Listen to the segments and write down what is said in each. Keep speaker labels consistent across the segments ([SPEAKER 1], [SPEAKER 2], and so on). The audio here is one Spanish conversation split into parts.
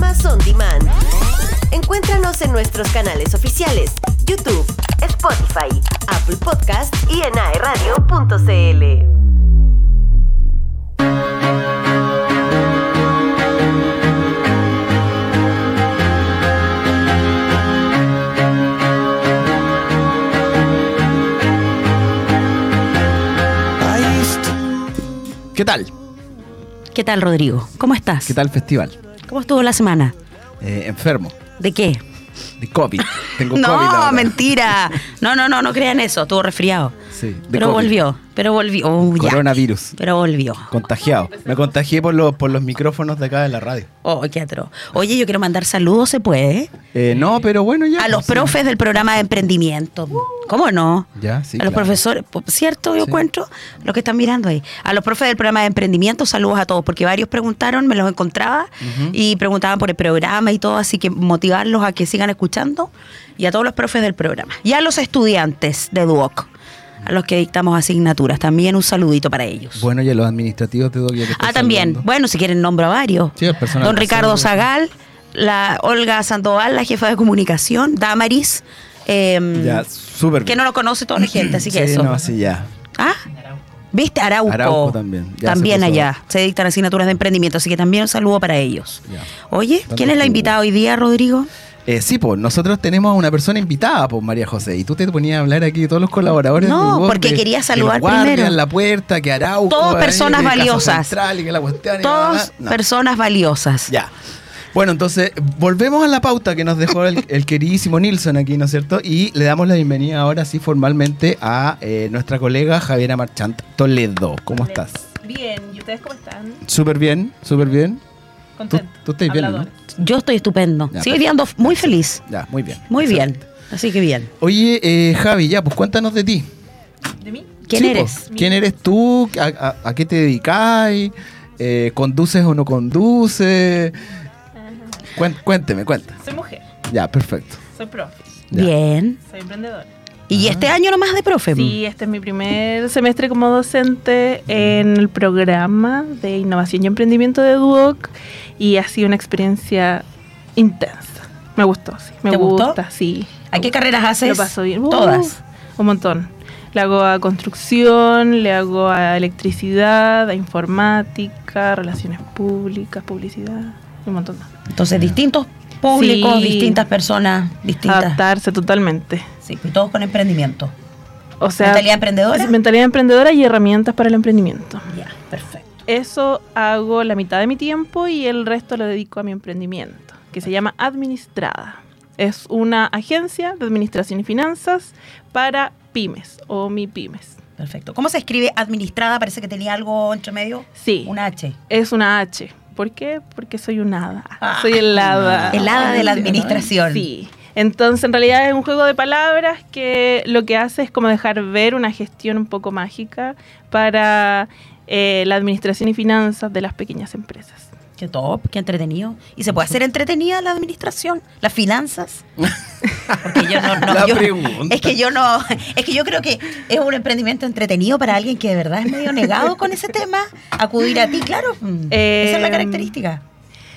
[SPEAKER 1] Más On Demand. Encuéntranos en nuestros canales oficiales, YouTube, Spotify, Apple Podcast y en E aeradio.cl.
[SPEAKER 2] ¿Qué tal?
[SPEAKER 3] ¿Qué tal, Rodrigo? ¿Cómo estás?
[SPEAKER 2] ¿Qué tal el festival?
[SPEAKER 3] ¿Cómo estuvo la semana?
[SPEAKER 2] Eh, enfermo,
[SPEAKER 3] ¿De qué?
[SPEAKER 2] de COVID. Tengo
[SPEAKER 3] no,
[SPEAKER 2] COVID ahora.
[SPEAKER 3] mentira. No, no, no, no crean eso. Estuvo resfriado.
[SPEAKER 2] Sí, de
[SPEAKER 3] Pero
[SPEAKER 2] COVID.
[SPEAKER 3] volvió, pero volvió. Oh, ya.
[SPEAKER 2] Coronavirus.
[SPEAKER 3] Pero volvió.
[SPEAKER 2] Contagiado. Me contagié por los, por los micrófonos de acá de la radio.
[SPEAKER 3] Oh, qué atroz. Oye, yo quiero mandar saludos, ¿se puede?
[SPEAKER 2] Eh, no, pero bueno, ya. pues,
[SPEAKER 3] A los
[SPEAKER 2] Sí. Uh.
[SPEAKER 3] profes del programa de emprendimiento. ¿Cómo no?
[SPEAKER 2] Ya, sí,
[SPEAKER 3] A los
[SPEAKER 2] claro.
[SPEAKER 3] profesores, po- ¿cierto? Yo
[SPEAKER 2] Sí.
[SPEAKER 3] encuentro los que están mirando ahí. A los profes del programa de emprendimiento, saludos a todos, porque varios preguntaron, me los encontraba y preguntaban por el programa y todo, así que motivarlos a que sigan escuchando y a todos los profes del programa. Y a los estudiantes de Duoc, a los que dictamos asignaturas, también un saludito para ellos.
[SPEAKER 2] Bueno, y a los administrativos de Doble.
[SPEAKER 3] Ah, también. Bueno, si quieren nombro a varios.
[SPEAKER 2] Sí, el personal
[SPEAKER 3] Don
[SPEAKER 2] de
[SPEAKER 3] Ricardo
[SPEAKER 2] salud.
[SPEAKER 3] Zagal, la Olga Sandoval, la jefa de comunicación, Damaris, em,
[SPEAKER 2] Ya, súper
[SPEAKER 3] que
[SPEAKER 2] bien.
[SPEAKER 3] no lo conoce toda la gente, así que
[SPEAKER 2] Sí,
[SPEAKER 3] eso.
[SPEAKER 2] no, sí, ya.
[SPEAKER 3] ¿Ah? ¿Viste? Arauco.
[SPEAKER 2] Arauco también. Ya
[SPEAKER 3] También
[SPEAKER 2] se puso-
[SPEAKER 3] allá. Se dictan asignaturas de emprendimiento, así que también un saludo para ellos.
[SPEAKER 2] Ya.
[SPEAKER 3] Oye,
[SPEAKER 2] Tanto
[SPEAKER 3] ¿quién es la
[SPEAKER 2] estuvo.
[SPEAKER 3] invitada hoy día, Rodrigo?
[SPEAKER 2] Eh, sí, pues nosotros tenemos a una persona invitada, pues María José, y tú te ponías a hablar aquí de todos los colaboradores.
[SPEAKER 3] No,
[SPEAKER 2] del Word,
[SPEAKER 3] porque
[SPEAKER 2] de-
[SPEAKER 3] quería
[SPEAKER 2] de
[SPEAKER 3] saludar
[SPEAKER 2] los guardias,
[SPEAKER 3] primero.
[SPEAKER 2] la puerta, que Arauco.
[SPEAKER 3] Todos
[SPEAKER 2] eh,
[SPEAKER 3] personas
[SPEAKER 2] de Casa
[SPEAKER 3] valiosas.
[SPEAKER 2] Central y que la cuestión y
[SPEAKER 3] Todos
[SPEAKER 2] bla, bla, bla. No,
[SPEAKER 3] personas valiosas.
[SPEAKER 2] Ya. Bueno, entonces volvemos a la pauta que nos dejó el, el queridísimo Nilsson aquí, ¿no es cierto? Y le damos la bienvenida ahora sí formalmente a eh, nuestra colega Javiera Marchant Toledo. ¿Cómo estás?
[SPEAKER 4] Bien, ¿y ustedes cómo están?
[SPEAKER 2] Súper bien, súper bien. Tú,
[SPEAKER 4] Contento.
[SPEAKER 2] tú estás bien, ¿no?
[SPEAKER 4] Habladores.
[SPEAKER 3] Yo estoy estupendo.
[SPEAKER 2] Ya,
[SPEAKER 3] sí, hoy día ando muy feliz.
[SPEAKER 2] Ya, muy bien.
[SPEAKER 3] Muy
[SPEAKER 2] Excelente.
[SPEAKER 3] bien. Así que bien.
[SPEAKER 2] Oye, eh, Javi, ya, pues cuéntanos de ti.
[SPEAKER 4] ¿De mí?
[SPEAKER 3] ¿Quién
[SPEAKER 2] Sí,
[SPEAKER 3] eres?
[SPEAKER 2] po. ¿Quién eres tú? ¿A, a- a qué te dedicáis? Eh, ¿Conduces o no conduces? Cuen- cuénteme, cuenta.
[SPEAKER 4] Soy mujer,
[SPEAKER 2] Ya, perfecto.
[SPEAKER 4] soy profe,
[SPEAKER 2] Ya.
[SPEAKER 3] Bien.
[SPEAKER 4] soy emprendedora.
[SPEAKER 3] Y este año nomás de
[SPEAKER 2] Em.
[SPEAKER 3] profe.
[SPEAKER 4] Sí, este es mi primer semestre como docente en el programa de innovación y emprendimiento de Duoc y ha sido una experiencia intensa. Me gustó, sí. Me
[SPEAKER 3] ¿Te gustó?
[SPEAKER 4] gusta, sí.
[SPEAKER 3] ¿A qué carreras haces?
[SPEAKER 4] Lo paso bien. Uh,
[SPEAKER 3] Todas.
[SPEAKER 4] Un montón. Le hago a construcción, le hago a electricidad, a informática, relaciones públicas, publicidad, y un montón más.
[SPEAKER 3] Entonces, distintos públicos,
[SPEAKER 4] Sí.
[SPEAKER 3] distintas personas, distintas.
[SPEAKER 4] Adaptarse totalmente.
[SPEAKER 3] Sí, y todos con emprendimiento.
[SPEAKER 4] O sea,
[SPEAKER 3] ¿Mentalidad emprendedora?
[SPEAKER 4] es mentalidad emprendedora y herramientas para el emprendimiento.
[SPEAKER 3] Ya, perfecto.
[SPEAKER 4] Eso hago la mitad de mi tiempo y el resto lo dedico a mi emprendimiento, que se llama Administrada. Es una agencia de administración y finanzas para pymes o mi pymes.
[SPEAKER 3] Perfecto. ¿Cómo se escribe administrada? Parece que tenía algo entre medio.
[SPEAKER 4] Sí,
[SPEAKER 3] Un H.
[SPEAKER 4] es una H. ¿Por qué? Porque soy un hada.
[SPEAKER 3] Ah,
[SPEAKER 4] soy el hada.
[SPEAKER 3] el hada de la administración.
[SPEAKER 4] Sí. Entonces, en realidad es un juego de palabras que lo que hace es como dejar ver una gestión un poco mágica para eh, la administración y finanzas de las pequeñas empresas.
[SPEAKER 3] Qué top, qué entretenido. ¿Y se puede hacer entretenida la administración? ¿Las finanzas? Porque yo no, no,
[SPEAKER 2] La
[SPEAKER 3] yo-
[SPEAKER 2] pregunta.
[SPEAKER 3] es que yo no, es que yo creo que es un emprendimiento entretenido para alguien que de verdad es medio negado con ese tema. Acudir a ti, claro. mm,
[SPEAKER 4] Eh,
[SPEAKER 3] esa es la característica.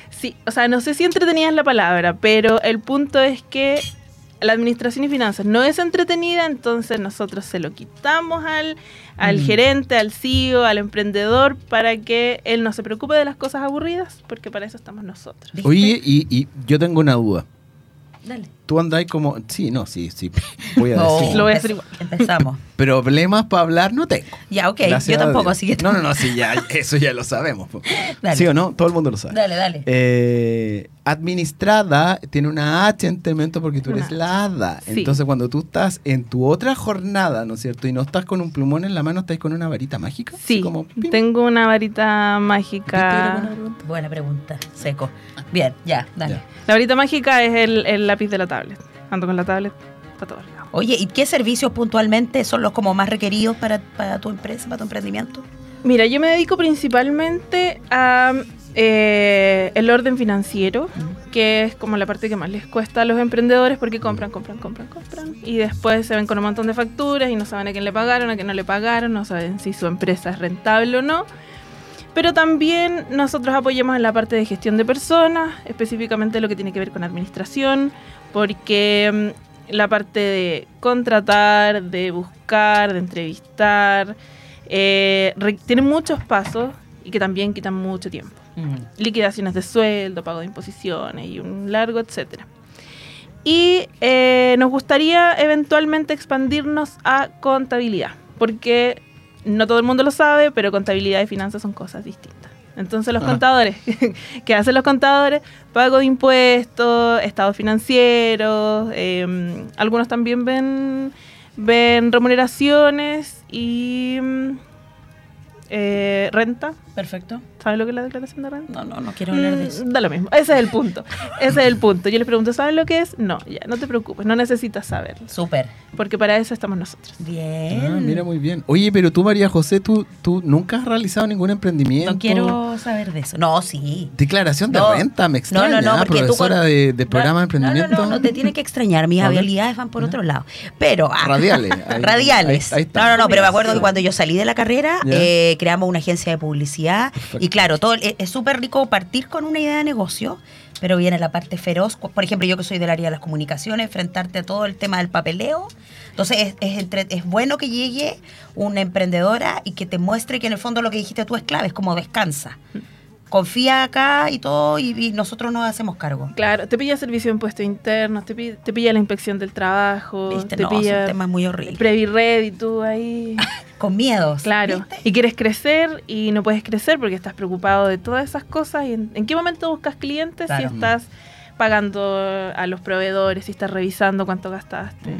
[SPEAKER 4] Sí, o sea, no sé si entretenida es la palabra, pero el punto es que la administración y finanzas no es entretenida, entonces nosotros se lo quitamos al, al
[SPEAKER 2] Mm.
[SPEAKER 4] gerente, al CEO, al emprendedor, para que él no se preocupe de las cosas aburridas, porque para eso estamos nosotros.
[SPEAKER 3] ¿Viste?
[SPEAKER 2] Oye, y, y yo tengo una duda.
[SPEAKER 3] Dale.
[SPEAKER 2] Tú andáis como. Sí, no, sí, sí. Voy a
[SPEAKER 3] Oh,
[SPEAKER 2] decir.
[SPEAKER 4] Lo voy a hacer igual.
[SPEAKER 3] Empezamos.
[SPEAKER 2] Problemas para hablar no tengo.
[SPEAKER 3] Ya, ok.
[SPEAKER 2] Gracias
[SPEAKER 3] yo
[SPEAKER 2] a
[SPEAKER 3] tampoco,
[SPEAKER 2] Dios.
[SPEAKER 3] así que.
[SPEAKER 2] No, no, no, sí, ya, eso ya lo sabemos. po.
[SPEAKER 3] Dale.
[SPEAKER 2] ¿Sí o no? Todo el mundo lo sabe.
[SPEAKER 3] Dale, dale.
[SPEAKER 2] Eh, administrada tiene una H en temento porque tú eres
[SPEAKER 4] Una
[SPEAKER 2] la hada.
[SPEAKER 4] Sí.
[SPEAKER 2] Entonces, cuando tú estás en tu otra jornada, ¿no es cierto? Y no estás con un plumón en la mano, estás con una varita mágica. así
[SPEAKER 4] Sí,
[SPEAKER 2] como, pim.
[SPEAKER 4] tengo una
[SPEAKER 2] ¿Viste? Era buena
[SPEAKER 4] varita mágica.
[SPEAKER 2] pregunta.
[SPEAKER 3] Buena pregunta, seco. Bien, ya, dale.
[SPEAKER 2] Ya.
[SPEAKER 4] La varita mágica es el, el lápiz de la tablet. Ando con la tablet para todos lados.
[SPEAKER 3] Oye, ¿y qué servicios puntualmente son los como más requeridos para, para tu empresa, para tu emprendimiento?
[SPEAKER 4] Mira, yo me dedico principalmente a eh, el orden financiero, que es como la parte que más les cuesta a los emprendedores porque compran, compran, compran, compran. Y después se ven con un montón de facturas y no saben a quién le pagaron, a quién no le pagaron, no saben si su empresa es rentable o no. Pero también nosotros apoyamos en la parte de gestión de personas, específicamente lo que tiene que ver con administración, porque mm, la parte de contratar, de buscar, de entrevistar, eh, re- tiene muchos pasos y que también quitan mucho tiempo. Liquidaciones de sueldo, pago de imposiciones y un largo etcétera. Y eh, nos gustaría eventualmente expandirnos a contabilidad, porque no todo el mundo lo sabe, pero contabilidad y finanzas son cosas distintas. Entonces los
[SPEAKER 2] Ajá.
[SPEAKER 4] contadores, ¿qué hacen los contadores? Pago de impuestos, estados financieros, eh, algunos también ven, ven remuneraciones y mm, eh, renta.
[SPEAKER 3] Perfecto.
[SPEAKER 4] ¿Sabes lo que es la declaración de renta?
[SPEAKER 3] No, no, no quiero hablar de eso.
[SPEAKER 4] Mm, Da lo mismo. Ese es el punto. Ese es el punto. Yo les pregunto, ¿saben lo que es? No, ya, no te preocupes, no necesitas saberlo.
[SPEAKER 3] Súper.
[SPEAKER 4] Porque para eso estamos nosotros.
[SPEAKER 3] Bien.
[SPEAKER 2] Ah, mira muy bien. Oye, pero tú, María José, tú, tú nunca has realizado ningún emprendimiento.
[SPEAKER 3] No quiero saber de eso. No, sí.
[SPEAKER 2] Declaración de
[SPEAKER 3] No.
[SPEAKER 2] renta, me
[SPEAKER 3] No,
[SPEAKER 2] extraña.
[SPEAKER 3] no, no,
[SPEAKER 2] ah,
[SPEAKER 3] porque tú
[SPEAKER 2] profesora
[SPEAKER 3] con-
[SPEAKER 2] de, de programa de emprendimiento.
[SPEAKER 3] No, no, no, no te tiene que extrañar. Mis
[SPEAKER 2] A ver.
[SPEAKER 3] habilidades van por otro lado. Pero. ah,
[SPEAKER 2] Radiales, ahí-
[SPEAKER 3] radiales.
[SPEAKER 2] ahí- ahí está.
[SPEAKER 3] no, no, no, pero me acuerdo
[SPEAKER 2] Sí.
[SPEAKER 3] que cuando yo salí de la carrera,
[SPEAKER 2] Ya.
[SPEAKER 3] eh, creamos una agencia de publicidad.
[SPEAKER 2] Perfecto.
[SPEAKER 3] Y claro, todo eh, es es súper rico partir con una idea de negocio, pero viene la parte feroz. Cu- Por ejemplo, yo que soy del área de las comunicaciones, enfrentarte a todo el tema del papeleo. Entonces, es, es entre- es bueno que llegue una emprendedora y que te muestre que en el fondo lo que dijiste tú es clave, es como descansa.
[SPEAKER 2] Mm.
[SPEAKER 3] Confía acá y todo, y, y nosotros nos hacemos cargo.
[SPEAKER 4] Claro, te pilla servicio de impuestos internos, te pilla, te pilla la inspección del trabajo,
[SPEAKER 3] Viste,
[SPEAKER 4] te
[SPEAKER 3] no, es
[SPEAKER 4] pilla
[SPEAKER 3] un tema muy horrible.
[SPEAKER 4] Previred y tú ahí.
[SPEAKER 3] Con miedos.
[SPEAKER 4] Claro.
[SPEAKER 3] ¿viste?
[SPEAKER 4] Y quieres crecer y no puedes crecer porque estás preocupado de todas esas cosas. ¿Y en, en qué momento buscas clientes
[SPEAKER 3] Claro.
[SPEAKER 4] si estás pagando a los proveedores, si estás revisando cuánto gastaste?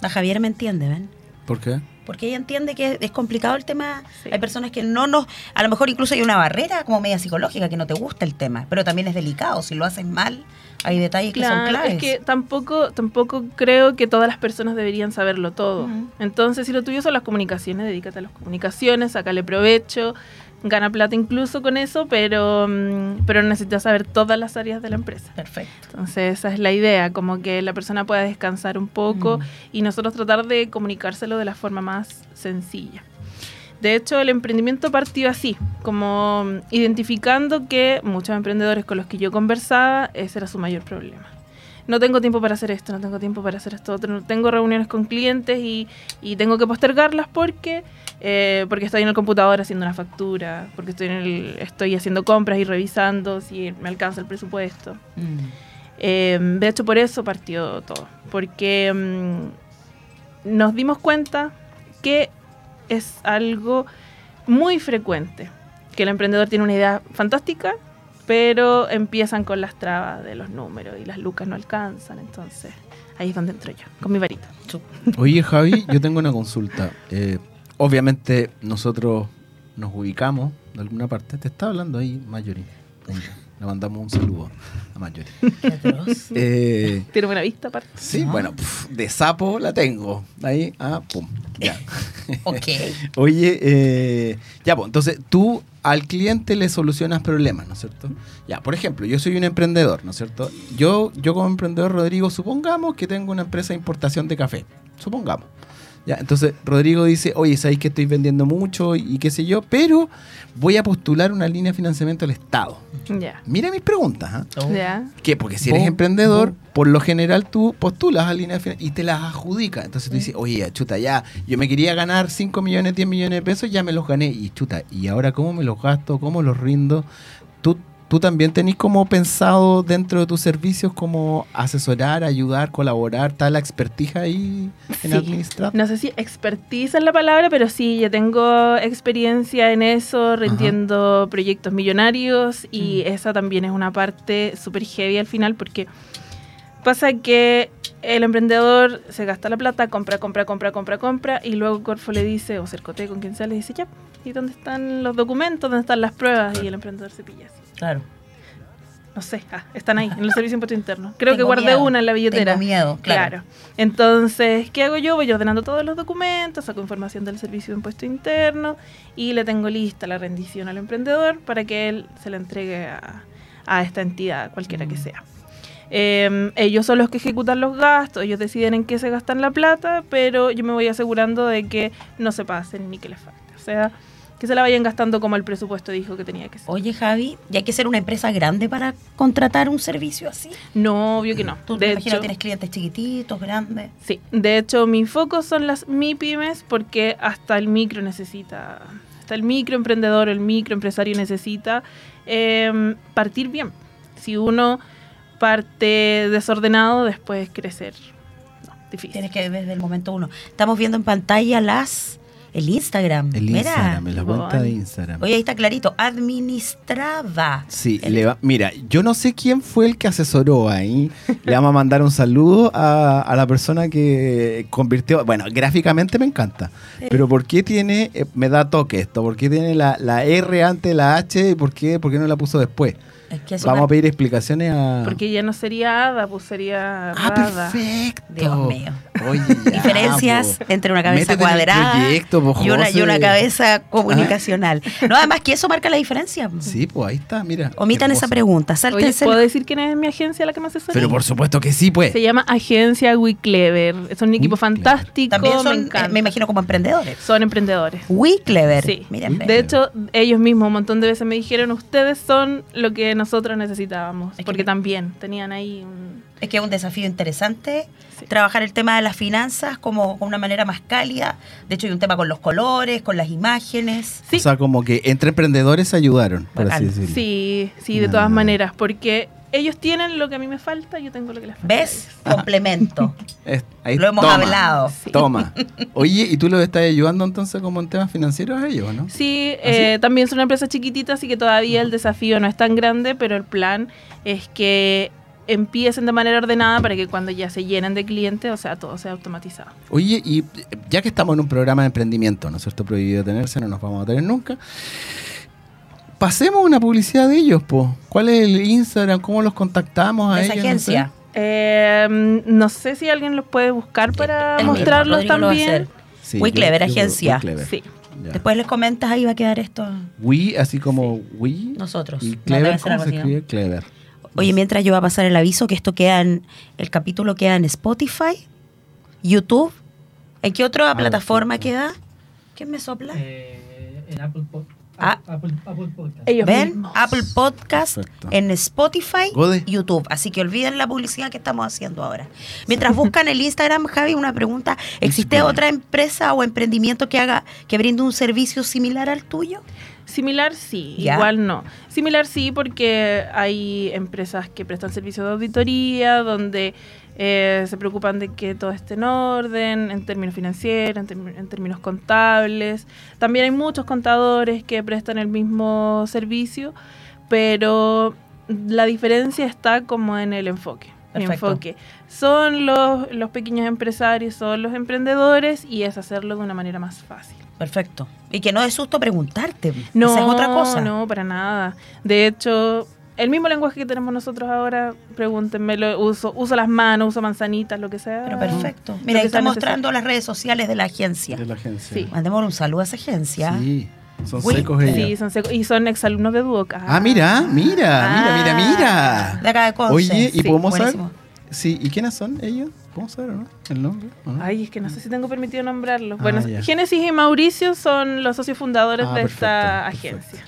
[SPEAKER 3] La Mm. Javier me entiende, ¿ven?
[SPEAKER 2] ¿Por qué?
[SPEAKER 3] Porque ella entiende que es- es complicado el tema.
[SPEAKER 4] Sí.
[SPEAKER 3] Hay personas que no nos. A lo mejor incluso hay una barrera como media psicológica que no te gusta el tema, pero también es delicado. Si lo haces mal, hay detalles que son
[SPEAKER 4] Claro,
[SPEAKER 3] claves.
[SPEAKER 4] es que tampoco, tampoco creo que todas las personas deberían saberlo todo.
[SPEAKER 3] Ujú.
[SPEAKER 4] Entonces, si lo tuyo son las comunicaciones, dedícate a las comunicaciones, sácale provecho, gana plata incluso con eso, pero, mm, pero necesitas saber todas las áreas de la empresa.
[SPEAKER 3] Perfecto.
[SPEAKER 4] Entonces, esa es la idea, como que la persona pueda descansar un poco
[SPEAKER 3] Mm.
[SPEAKER 4] y nosotros tratar de comunicárselo de la forma más sencilla. De hecho, el emprendimiento partió así, como mm, identificando que muchos emprendedores con los que yo conversaba, ese era su mayor problema. No tengo tiempo para hacer esto, no tengo tiempo para hacer esto otro, no tengo reuniones con clientes y, y tengo que postergarlas porque, eh, porque estoy en el computador haciendo una factura, porque estoy, en el- estoy haciendo compras y revisando si me alcanza el presupuesto.
[SPEAKER 3] Mm.
[SPEAKER 4] Eh, de hecho, por eso partió todo. Porque mm, nos dimos cuenta que es algo muy frecuente. Que el emprendedor tiene una idea fantástica, pero empiezan con las trabas de los números y las lucas no alcanzan. Entonces, ahí es donde entro yo, con mi varita.
[SPEAKER 2] Oye, Javi, yo tengo una consulta. Eh, obviamente, nosotros nos ubicamos de alguna parte. Te está hablando ahí, Mayori. Le mandamos un saludo a Mayori.
[SPEAKER 3] Qué atroz.
[SPEAKER 2] Eh,
[SPEAKER 4] Tiene buena vista, aparte.
[SPEAKER 2] sí,
[SPEAKER 3] Ah.
[SPEAKER 2] bueno, pf, de sapo la tengo. Ahí, ah, pum. Ya.
[SPEAKER 3] ok.
[SPEAKER 2] Oye, eh, ya, pues, entonces tú al cliente le solucionas problemas, ¿no es cierto? Ya, por ejemplo, yo soy un emprendedor, ¿no es cierto? Yo, yo como emprendedor, Rodrigo, supongamos que tengo una empresa de importación de café, supongamos. Ya, entonces Rodrigo dice, oye, sabéis que estoy vendiendo mucho y, y qué sé yo, pero voy a postular una línea de financiamiento al Estado.
[SPEAKER 4] Ya.
[SPEAKER 2] Mira mis preguntas, ¿ah?
[SPEAKER 4] Ya.
[SPEAKER 2] ¿Qué? Porque si eres
[SPEAKER 3] Bo-
[SPEAKER 2] emprendedor,
[SPEAKER 3] bo-
[SPEAKER 2] por lo general tú postulas a líneas de finan- y te las adjudicas. Entonces tú dices, oye, ya, chuta, ya, yo me quería ganar 5 millones, 10 millones de pesos, ya me los gané. Y chuta, ¿y ahora cómo me los gasto? ¿Cómo los rindo? ¿Tú, tú también tenés como pensado dentro de tus servicios como asesorar, ayudar, colaborar, tal la expertija ahí en
[SPEAKER 4] Sí.
[SPEAKER 2] administrar?
[SPEAKER 4] No sé si expertise es la palabra, pero sí, ya tengo experiencia en eso, rindiendo proyectos millonarios y esa también es una parte súper heavy al final porque pasa que el emprendedor se gasta la plata, compra, compra, compra, compra, compra y luego Corfo le dice, o Cercote con quien sea, le dice, ya, ¿y dónde están los documentos? ¿Dónde están las pruebas? Y el emprendedor se pilla así.
[SPEAKER 3] Claro.
[SPEAKER 4] No sé, ah, están ahí, en el servicio de impuesto interno. Creo que
[SPEAKER 3] Tengo
[SPEAKER 4] guardé
[SPEAKER 3] miedo,
[SPEAKER 4] una en la billetera.
[SPEAKER 3] Tengo miedo, claro.
[SPEAKER 4] Claro. Entonces, ¿qué hago yo? Voy ordenando todos los documentos, saco información del servicio de impuesto interno y le tengo lista la rendición al emprendedor para que él se la entregue a, a esta entidad, cualquiera que
[SPEAKER 3] Mm.
[SPEAKER 4] sea. Eh, ellos son los que ejecutan los gastos, ellos deciden en qué se gastan la plata, pero yo me voy asegurando de que no se pasen ni que les falte. O sea, que se la vayan gastando como el presupuesto dijo que tenía que ser.
[SPEAKER 3] Oye, Javi, ¿y hay que ser una empresa grande para contratar un servicio así?
[SPEAKER 4] No, obvio que no.
[SPEAKER 3] Tú me
[SPEAKER 4] De
[SPEAKER 3] imagino
[SPEAKER 4] hecho,
[SPEAKER 3] que tienes clientes chiquititos, grandes.
[SPEAKER 4] sí, de hecho mi foco son las MIPYMES E porque hasta el micro necesita, hasta el microemprendedor, el microempresario necesita eh, partir bien. Si uno parte desordenado, después crecer. No, difícil.
[SPEAKER 3] Tienes que desde el momento uno. Estamos viendo en pantalla las el Instagram.
[SPEAKER 2] El
[SPEAKER 3] Mira.
[SPEAKER 2] Instagram, la cuenta de
[SPEAKER 4] Ivonne.
[SPEAKER 2] Instagram.
[SPEAKER 3] Oye, ahí está clarito. Administraba.
[SPEAKER 2] Sí,
[SPEAKER 3] El-
[SPEAKER 2] le va- mira, yo no sé quién fue el que asesoró ahí. Le vamos a mandar un saludo a, a la persona que convirtió. Bueno, gráficamente me encanta.
[SPEAKER 3] Eh.
[SPEAKER 2] Pero ¿por qué tiene, eh, me da toque esto? ¿Por qué tiene la, la R ante la H y por qué, por qué no la puso después?
[SPEAKER 3] Es que eso
[SPEAKER 2] Vamos a
[SPEAKER 3] me-
[SPEAKER 2] pedir explicaciones a.
[SPEAKER 4] Porque ya no sería Ada, pues sería
[SPEAKER 2] ah,
[SPEAKER 4] Rada.
[SPEAKER 2] perfecto.
[SPEAKER 3] Dios mío.
[SPEAKER 2] Oye, ya,
[SPEAKER 3] Diferencias
[SPEAKER 2] po.
[SPEAKER 3] entre una
[SPEAKER 2] Métete
[SPEAKER 3] cabeza
[SPEAKER 2] en el
[SPEAKER 3] cuadrada
[SPEAKER 2] proyecto, po,
[SPEAKER 3] y, una, y una
[SPEAKER 2] José.
[SPEAKER 3] cabeza comunicacional. No, además que eso marca la diferencia.
[SPEAKER 2] Sí, pues ahí está, mira.
[SPEAKER 3] Omitan esa
[SPEAKER 2] Hermoso.
[SPEAKER 3] pregunta.
[SPEAKER 4] Oye,
[SPEAKER 3] Sáltense.
[SPEAKER 4] ¿puedo decir quién es mi agencia la que me asesora?
[SPEAKER 2] Pero por supuesto que sí, pues.
[SPEAKER 4] Se llama Agencia WeClever. Es un equipo
[SPEAKER 2] WeClever.
[SPEAKER 4] fantástico.
[SPEAKER 3] También
[SPEAKER 4] me,
[SPEAKER 3] son, eh, me,
[SPEAKER 4] encanta.
[SPEAKER 3] imagino, como emprendedores.
[SPEAKER 4] Son emprendedores.
[SPEAKER 3] Muy clever.
[SPEAKER 4] Sí.
[SPEAKER 3] Miren, ve.
[SPEAKER 4] De hecho, ellos mismos un montón de veces me dijeron, ustedes son lo que nosotros necesitábamos.
[SPEAKER 3] Es que
[SPEAKER 4] porque
[SPEAKER 3] me-
[SPEAKER 4] también tenían ahí un...
[SPEAKER 3] es que es un desafío interesante.
[SPEAKER 4] Sí.
[SPEAKER 3] Trabajar el tema de las finanzas como con una manera más cálida. De hecho, hay un tema con los colores, con las imágenes.
[SPEAKER 4] Sí.
[SPEAKER 2] O sea, como que entre emprendedores se ayudaron, por
[SPEAKER 3] Bacán.
[SPEAKER 2] así decirlo.
[SPEAKER 4] Sí, sí, de
[SPEAKER 2] Ah.
[SPEAKER 4] todas maneras. Porque ellos tienen lo que a mí me falta, yo tengo lo que les falta. a
[SPEAKER 3] ¿Ves?
[SPEAKER 4] ellos.
[SPEAKER 3] Complemento.
[SPEAKER 2] Es- ahí-
[SPEAKER 3] Lo hemos
[SPEAKER 2] toma,
[SPEAKER 3] hablado.
[SPEAKER 4] Sí.
[SPEAKER 2] Toma. Oye, ¿y tú los estás ayudando entonces como en temas financieros a ellos, no?
[SPEAKER 4] Sí,
[SPEAKER 3] ¿Ah,
[SPEAKER 4] eh, también son una empresa chiquitita, así que todavía el desafío no es tan grande, pero el plan es que empiecen de manera ordenada para que cuando ya se llenen de clientes, o sea, todo sea automatizado.
[SPEAKER 2] Oye, y eh, ya que estamos en un programa de emprendimiento, ¿no es cierto? Prohibido tenerse, no nos vamos a tener nunca. Pasemos una publicidad de ellos, po. ¿Cuál es el Instagram? ¿Cómo los contactamos a
[SPEAKER 3] De esa
[SPEAKER 2] ellos? No sé.
[SPEAKER 3] agencia.
[SPEAKER 4] Eh, no sé si alguien los puede buscar para
[SPEAKER 3] El mismo,
[SPEAKER 4] mostrarlos
[SPEAKER 3] Rodrigo lo va a
[SPEAKER 4] también.
[SPEAKER 3] hacer.
[SPEAKER 2] Sí,
[SPEAKER 3] Muy
[SPEAKER 2] yo-
[SPEAKER 3] clever,
[SPEAKER 2] yo creo-
[SPEAKER 3] agencia.
[SPEAKER 2] Muy clever.
[SPEAKER 4] Sí.
[SPEAKER 2] Ya.
[SPEAKER 3] Después les comentas, ahí va a quedar esto
[SPEAKER 2] We, así como We.
[SPEAKER 3] nosotros.
[SPEAKER 2] Y
[SPEAKER 3] No, debe
[SPEAKER 2] clever,
[SPEAKER 3] ser
[SPEAKER 2] ¿cómo
[SPEAKER 3] algo
[SPEAKER 2] se
[SPEAKER 3] así, ¿no?
[SPEAKER 2] escribe? Clever.
[SPEAKER 3] Oye, mientras yo voy a pasar el aviso que esto queda en, el capítulo queda en Spotify, YouTube. ¿En qué otra
[SPEAKER 2] Ah,
[SPEAKER 3] plataforma
[SPEAKER 2] perfecto.
[SPEAKER 3] queda? ¿Quién me sopla?
[SPEAKER 5] eh, en Apple, Pod-
[SPEAKER 3] Ah.
[SPEAKER 5] Apple, Apple Podcast.
[SPEAKER 4] Ellos
[SPEAKER 3] ¿Ven?
[SPEAKER 4] mismos.
[SPEAKER 3] Apple Podcast,
[SPEAKER 2] Perfecto.
[SPEAKER 3] en Spotify,
[SPEAKER 2] Gode.
[SPEAKER 3] YouTube. Así que olviden la publicidad que estamos haciendo ahora. Mientras buscan el Instagram, Javi, una pregunta. ¿Existe
[SPEAKER 2] Instagram.
[SPEAKER 3] otra empresa o emprendimiento que haga, que brinde un servicio similar al tuyo?
[SPEAKER 4] Similar sí,
[SPEAKER 3] Ya.
[SPEAKER 4] igual no. Similar sí porque hay empresas que prestan servicios de auditoría, donde eh, se preocupan de que todo esté en orden, en términos financieros, en, termi- en términos contables. También hay muchos contadores que prestan el mismo servicio, pero la diferencia está como en el enfoque. Mi
[SPEAKER 3] Perfecto.
[SPEAKER 4] enfoque son los, los pequeños empresarios, son los emprendedores y es hacerlo de una manera más fácil.
[SPEAKER 3] Perfecto. Y que no es susto preguntarte.
[SPEAKER 4] No,
[SPEAKER 3] Esa es otra cosa.
[SPEAKER 4] No, para nada. De hecho, el mismo lenguaje que tenemos nosotros ahora, pregúntenmelo, uso, uso las manos, uso manzanitas, lo que sea.
[SPEAKER 3] Pero perfecto. Mira,
[SPEAKER 4] Lo
[SPEAKER 3] ahí
[SPEAKER 4] que
[SPEAKER 3] está
[SPEAKER 4] sea
[SPEAKER 3] mostrando las redes sociales de la agencia.
[SPEAKER 2] De la agencia.
[SPEAKER 4] Sí.
[SPEAKER 3] Mandémosle un saludo a esa agencia.
[SPEAKER 2] Sí, son
[SPEAKER 3] We-
[SPEAKER 2] secos ellos.
[SPEAKER 4] Sí, son secos. Y son exalumnos de Duoc.
[SPEAKER 2] Oh, Ah, mira, mira,
[SPEAKER 3] ah.
[SPEAKER 2] Ah, mira, mira, mira.
[SPEAKER 3] De acá de Conce.
[SPEAKER 2] Oye, ¿y
[SPEAKER 3] Sí,
[SPEAKER 2] podemos
[SPEAKER 3] buenísimo.
[SPEAKER 2] saber? Sí, ¿y quiénes son ellos? ¿Podemos saber o no? ¿El nombre? o no?
[SPEAKER 4] Ay, es que no sé si tengo permitido nombrarlos.
[SPEAKER 2] Ah,
[SPEAKER 4] bueno,
[SPEAKER 2] ya.
[SPEAKER 4] Génesis y Mauricio son los socios fundadores
[SPEAKER 2] Ah,
[SPEAKER 4] de
[SPEAKER 2] perfecto,
[SPEAKER 4] esta
[SPEAKER 2] perfecto.
[SPEAKER 4] agencia.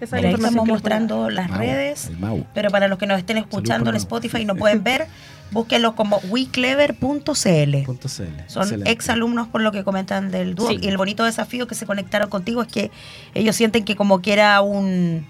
[SPEAKER 4] Esa
[SPEAKER 3] Mira,
[SPEAKER 4] es la
[SPEAKER 3] ahí
[SPEAKER 4] información
[SPEAKER 3] estamos
[SPEAKER 4] que les puedo dar.
[SPEAKER 3] mostrando las
[SPEAKER 2] Mau,
[SPEAKER 3] redes.
[SPEAKER 2] El Mau.
[SPEAKER 3] Pero para los que nos estén
[SPEAKER 2] Salud
[SPEAKER 3] escuchando
[SPEAKER 2] por
[SPEAKER 3] en
[SPEAKER 2] Mau.
[SPEAKER 3] Spotify y no pueden ver, búsquenlo como weclever.cl.
[SPEAKER 2] Punto CL.
[SPEAKER 3] Son
[SPEAKER 2] Excelente.
[SPEAKER 3] exalumnos por lo que comentan del dúo.
[SPEAKER 4] Sí.
[SPEAKER 3] Y el bonito desafío que se conectaron contigo es que ellos sienten que como que era un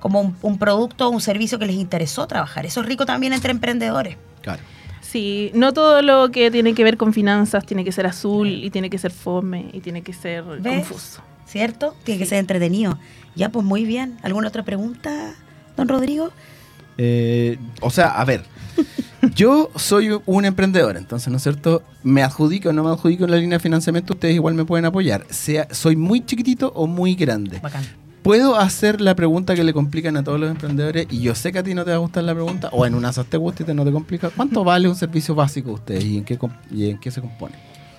[SPEAKER 3] como un, un producto, un servicio que les interesó trabajar. Eso es rico también entre emprendedores.
[SPEAKER 2] Claro.
[SPEAKER 4] Sí, no todo lo que tiene que ver con finanzas tiene que ser azul y tiene que ser fome y tiene que ser
[SPEAKER 3] ¿Ves?
[SPEAKER 4] confuso.
[SPEAKER 3] ¿Cierto? Tiene que ser entretenido. Ya, pues muy bien. ¿Alguna otra pregunta, don Rodrigo?
[SPEAKER 2] Eh, o sea, a ver. Yo soy un emprendedor, entonces, ¿no es cierto? Me adjudico o no me adjudico en la línea de financiamiento, ustedes igual me pueden apoyar. Sea, soy muy chiquitito o muy grande.
[SPEAKER 3] Bacán.
[SPEAKER 2] ¿Puedo hacer la pregunta que le complican a todos los emprendedores? Y yo sé que a ti no te va a gustar la pregunta, o en una SAS te gusta y te no te complica. ¿Cuánto vale un servicio básico de ustedes y en qué, com- y en qué se compone?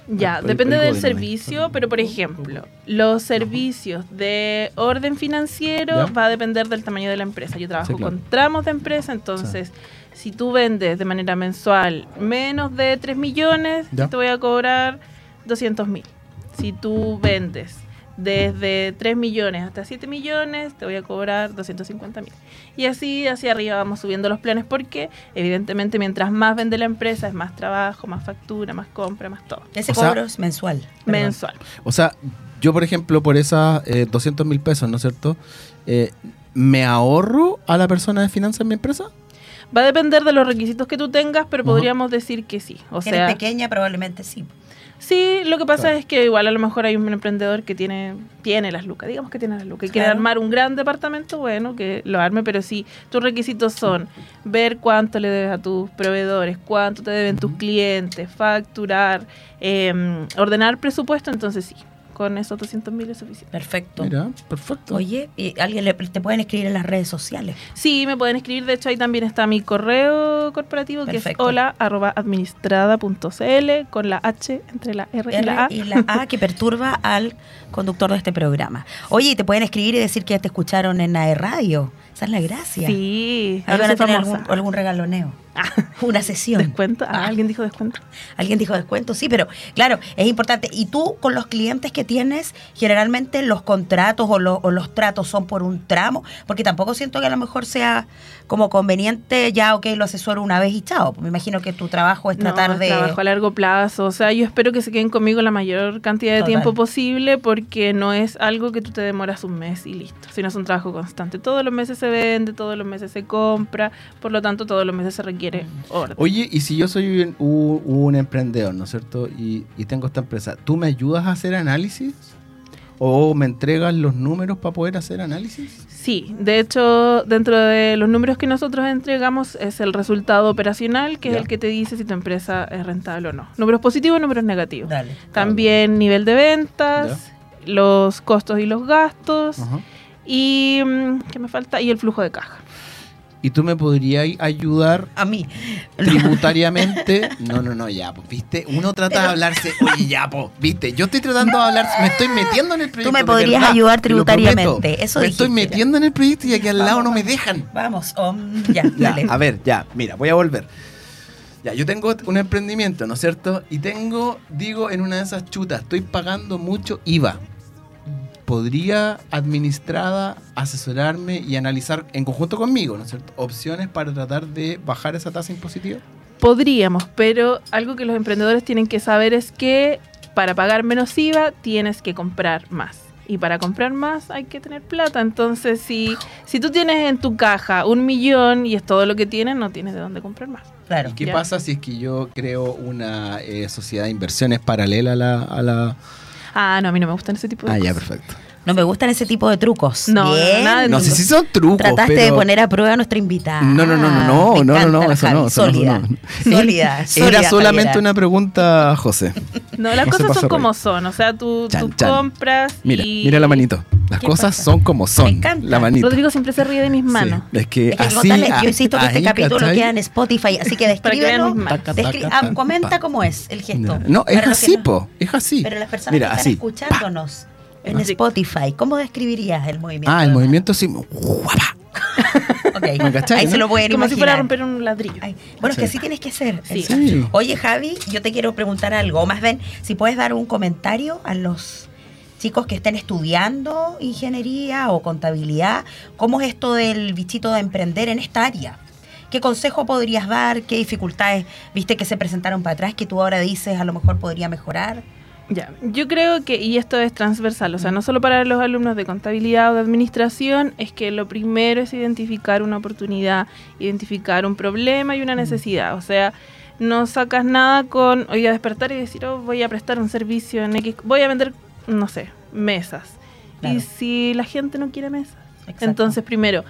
[SPEAKER 4] Ya,
[SPEAKER 2] El- el-
[SPEAKER 4] depende
[SPEAKER 2] el
[SPEAKER 4] del
[SPEAKER 2] gobierno,
[SPEAKER 4] servicio,
[SPEAKER 2] perdón.
[SPEAKER 4] pero por ejemplo, los servicios de orden financiero
[SPEAKER 2] Ya.
[SPEAKER 4] va a depender del tamaño de la empresa. Yo trabajo
[SPEAKER 2] Sí, claro.
[SPEAKER 4] con tramos de empresa, entonces si tú vendes de manera mensual menos de 3 millones,
[SPEAKER 2] Ya.
[SPEAKER 4] te voy a cobrar 200 mil. Si tú vendes desde 3 millones hasta 7 millones, te voy a cobrar 250 mil. Y así hacia arriba vamos subiendo los planes porque evidentemente mientras más vende la empresa es más trabajo, más factura, más compra, más todo.
[SPEAKER 3] Ese
[SPEAKER 2] O sea-
[SPEAKER 3] cobro es mensual. perdón.
[SPEAKER 4] Mensual.
[SPEAKER 2] O sea, yo, por ejemplo, por esas eh, 200 mil pesos, ¿no es cierto? Eh, ¿Me ahorro a la persona de finanzas en mi empresa?
[SPEAKER 4] Va a depender de los requisitos que tú tengas, pero
[SPEAKER 2] Ajá.
[SPEAKER 4] podríamos decir que sí. O
[SPEAKER 3] Si
[SPEAKER 4] sea,
[SPEAKER 3] eres pequeña, probablemente sí.
[SPEAKER 4] Sí, lo que pasa
[SPEAKER 2] Claro.
[SPEAKER 4] es que igual a lo mejor hay un emprendedor que tiene, tiene las lucas, digamos que tiene las lucas, y quiere
[SPEAKER 3] Claro.
[SPEAKER 4] armar un gran departamento, bueno, que lo arme, pero sí, tus requisitos son ver cuánto le debes a tus proveedores, cuánto te deben tus clientes, facturar, eh, ordenar presupuesto, entonces sí, con esos 200 mil es suficiente.
[SPEAKER 3] Perfecto.
[SPEAKER 2] Mira, perfecto.
[SPEAKER 3] Oye, y alguien le- te pueden escribir en las redes sociales.
[SPEAKER 4] Sí, me pueden escribir, de hecho ahí también está mi correo corporativo, que
[SPEAKER 3] Perfecto.
[SPEAKER 4] es hola arroba administrada.cl con la H entre la R, y Pues, la A.
[SPEAKER 3] R y la A que perturba al conductor de este programa. Oye, y te pueden escribir y decir que ya te escucharon en AE Radio. Esa es la gracia.
[SPEAKER 4] Sí,
[SPEAKER 3] Ahí van
[SPEAKER 4] ahora
[SPEAKER 3] a
[SPEAKER 4] soy
[SPEAKER 3] tener
[SPEAKER 4] famosa. Ah.
[SPEAKER 3] algún, algún regaloneo. Una sesión.
[SPEAKER 4] ¿Descuento? Ah,
[SPEAKER 3] Ah,
[SPEAKER 4] ¿Alguien dijo descuento?
[SPEAKER 3] Alguien dijo descuento, sí, pero claro, es importante. Y tú con los clientes que tienes, generalmente los contratos o, lo- o los tratos son por un tramo, porque tampoco siento que a lo mejor sea como conveniente ya, ok, lo asesoro una vez y chao. Pues Me imagino que tu trabajo es
[SPEAKER 4] No,
[SPEAKER 3] Pues tratar de...
[SPEAKER 4] trabajo a largo plazo. O sea, yo espero que se queden conmigo la mayor cantidad de
[SPEAKER 3] Total.
[SPEAKER 4] tiempo posible porque no es algo que tú te demoras un mes y listo, sino es un trabajo constante. Todos los meses se vende, todos los meses se compra, por lo tanto todos los meses se requiere
[SPEAKER 3] Mm.
[SPEAKER 4] orden.
[SPEAKER 2] Oye, y si yo soy un, un- un emprendedor, ¿no es cierto? Y, y tengo esta empresa, ¿tú me ayudas a hacer análisis? ¿O me entregas los números para poder hacer análisis?
[SPEAKER 4] Sí, de hecho, dentro de los números que nosotros entregamos es el resultado operacional, que
[SPEAKER 2] Ya.
[SPEAKER 4] es el que te dice si tu empresa es rentable o no. Números positivos, números negativos.
[SPEAKER 3] Dale.
[SPEAKER 4] También nivel de ventas, los costos y los gastos.
[SPEAKER 2] Ajá.
[SPEAKER 4] Y mm, ¿qué me falta? Y el flujo de caja.
[SPEAKER 2] ¿Y tú me podrías ayudar
[SPEAKER 3] A mí.
[SPEAKER 2] tributariamente? No, no, no, ya, pues, ¿viste? Uno trata de hablarse, oye, ya, pues, ¿viste? Yo estoy tratando de hablar, me estoy metiendo en el proyecto.
[SPEAKER 3] me
[SPEAKER 2] de
[SPEAKER 3] podrías
[SPEAKER 2] verdad,
[SPEAKER 3] ayudar
[SPEAKER 2] te lo prometo.
[SPEAKER 3] tributariamente, eso
[SPEAKER 2] Me
[SPEAKER 3] dijiste.
[SPEAKER 2] estoy metiendo en el proyecto y aquí al lado
[SPEAKER 3] Vamos,
[SPEAKER 2] no me dejan.
[SPEAKER 3] Vamos, om, ya,
[SPEAKER 2] Ya, Ah,
[SPEAKER 3] dale.
[SPEAKER 2] a ver, ya, mira, voy a volver. Ya, yo tengo un emprendimiento, ¿no es cierto? Y tengo, digo, en una de esas chutas, estoy pagando mucho IVA. ¿Podría administrada asesorarme y analizar en conjunto conmigo, ¿no es cierto? Opciones para tratar de bajar esa tasa impositiva.
[SPEAKER 4] Podríamos, pero algo que los emprendedores tienen que saber es que para pagar menos IVA tienes que comprar más. Y para comprar más hay que tener plata. Entonces, si, si tú tienes en tu caja un millón y es todo lo que tienes, no tienes de dónde comprar más.
[SPEAKER 3] Claro.
[SPEAKER 2] ¿Y qué
[SPEAKER 4] Ya.
[SPEAKER 2] pasa si es que yo creo una eh, sociedad de inversiones paralela a la... a la-
[SPEAKER 4] Ah, no, a mí no me gustan ese tipo de
[SPEAKER 2] Ah, ya,
[SPEAKER 4] cosas.
[SPEAKER 2] perfecto.
[SPEAKER 3] No me gustan ese tipo de trucos.
[SPEAKER 4] No, no,
[SPEAKER 3] Bien.
[SPEAKER 4] nada de
[SPEAKER 2] No sé si son trucos,
[SPEAKER 3] Trataste
[SPEAKER 2] pero...
[SPEAKER 3] de poner a prueba a nuestra invitada.
[SPEAKER 2] No, no, no, no, no, no,
[SPEAKER 3] Me
[SPEAKER 2] no,
[SPEAKER 3] encanta
[SPEAKER 2] no,
[SPEAKER 3] la
[SPEAKER 2] eso no, eso no,
[SPEAKER 3] Sólida,
[SPEAKER 2] no.
[SPEAKER 3] sólida, sólida,
[SPEAKER 2] Era solamente
[SPEAKER 3] Javiera.
[SPEAKER 2] una pregunta, José.
[SPEAKER 4] No, las
[SPEAKER 2] No se
[SPEAKER 4] cosas
[SPEAKER 2] pasó,
[SPEAKER 4] son como
[SPEAKER 2] Roy.
[SPEAKER 4] son. O sea, tú,
[SPEAKER 2] Chan,
[SPEAKER 4] tú
[SPEAKER 2] chan.
[SPEAKER 4] compras
[SPEAKER 2] Mira,
[SPEAKER 4] y...
[SPEAKER 2] mira la manito. Las
[SPEAKER 3] ¿Qué
[SPEAKER 2] cosas
[SPEAKER 3] pasa?
[SPEAKER 2] son como son.
[SPEAKER 3] Me encanta.
[SPEAKER 2] La manito.
[SPEAKER 4] Rodrigo siempre se ríe de mis
[SPEAKER 2] Sí,
[SPEAKER 4] manos.
[SPEAKER 2] Es que
[SPEAKER 3] Es que
[SPEAKER 2] Eh, así.
[SPEAKER 3] González,
[SPEAKER 2] a-
[SPEAKER 3] yo insisto que este
[SPEAKER 2] ahí,
[SPEAKER 3] capítulo
[SPEAKER 2] ¿cachai?
[SPEAKER 3] queda en Spotify, así que
[SPEAKER 4] Para que vean
[SPEAKER 3] descríbelo.
[SPEAKER 4] mis manos.
[SPEAKER 2] Taca,
[SPEAKER 3] descri-
[SPEAKER 2] taca,
[SPEAKER 3] ah,
[SPEAKER 2] taca,
[SPEAKER 3] comenta
[SPEAKER 2] pa.
[SPEAKER 3] cómo es el gesto.
[SPEAKER 2] No, es
[SPEAKER 3] Para los que
[SPEAKER 2] así,
[SPEAKER 3] no-
[SPEAKER 2] po. Es así.
[SPEAKER 3] Pero las personas
[SPEAKER 2] Mira,
[SPEAKER 3] que están
[SPEAKER 2] así.
[SPEAKER 3] escuchándonos en
[SPEAKER 4] Ah.
[SPEAKER 3] Spotify, ¿cómo describirías el movimiento?
[SPEAKER 2] Ah, el
[SPEAKER 3] de-
[SPEAKER 2] movimiento sí. Guapa.
[SPEAKER 3] Ok.
[SPEAKER 2] ¿Me cachai,
[SPEAKER 3] Ahí
[SPEAKER 2] no?
[SPEAKER 3] se lo pueden
[SPEAKER 4] Como si
[SPEAKER 3] imaginar.
[SPEAKER 4] fuera a romper un ladrillo.
[SPEAKER 3] Ay, bueno, es que
[SPEAKER 2] Sí.
[SPEAKER 3] así tienes que ser.
[SPEAKER 4] Sí.
[SPEAKER 2] Sí.
[SPEAKER 3] Oye, Javi, yo te quiero preguntar algo. O Más bien, si puedes dar un comentario a los chicos que estén estudiando ingeniería o contabilidad, ¿cómo es esto del bichito de emprender en esta área? ¿Qué consejo podrías dar? ¿Qué dificultades viste que se presentaron para atrás que tú ahora dices a lo mejor podría mejorar?
[SPEAKER 4] Ya, yo creo que, y esto es transversal, o sea, no solo para los alumnos de contabilidad o de administración, es que lo primero es identificar una oportunidad, identificar un problema y una necesidad. O sea, no sacas nada con, oye, a despertar y decir, oh, voy a prestar un servicio en X, voy a vender, no sé, mesas.
[SPEAKER 3] Claro.
[SPEAKER 4] Y si la gente no quiere mesas.
[SPEAKER 3] Exacto.
[SPEAKER 4] Entonces, primero,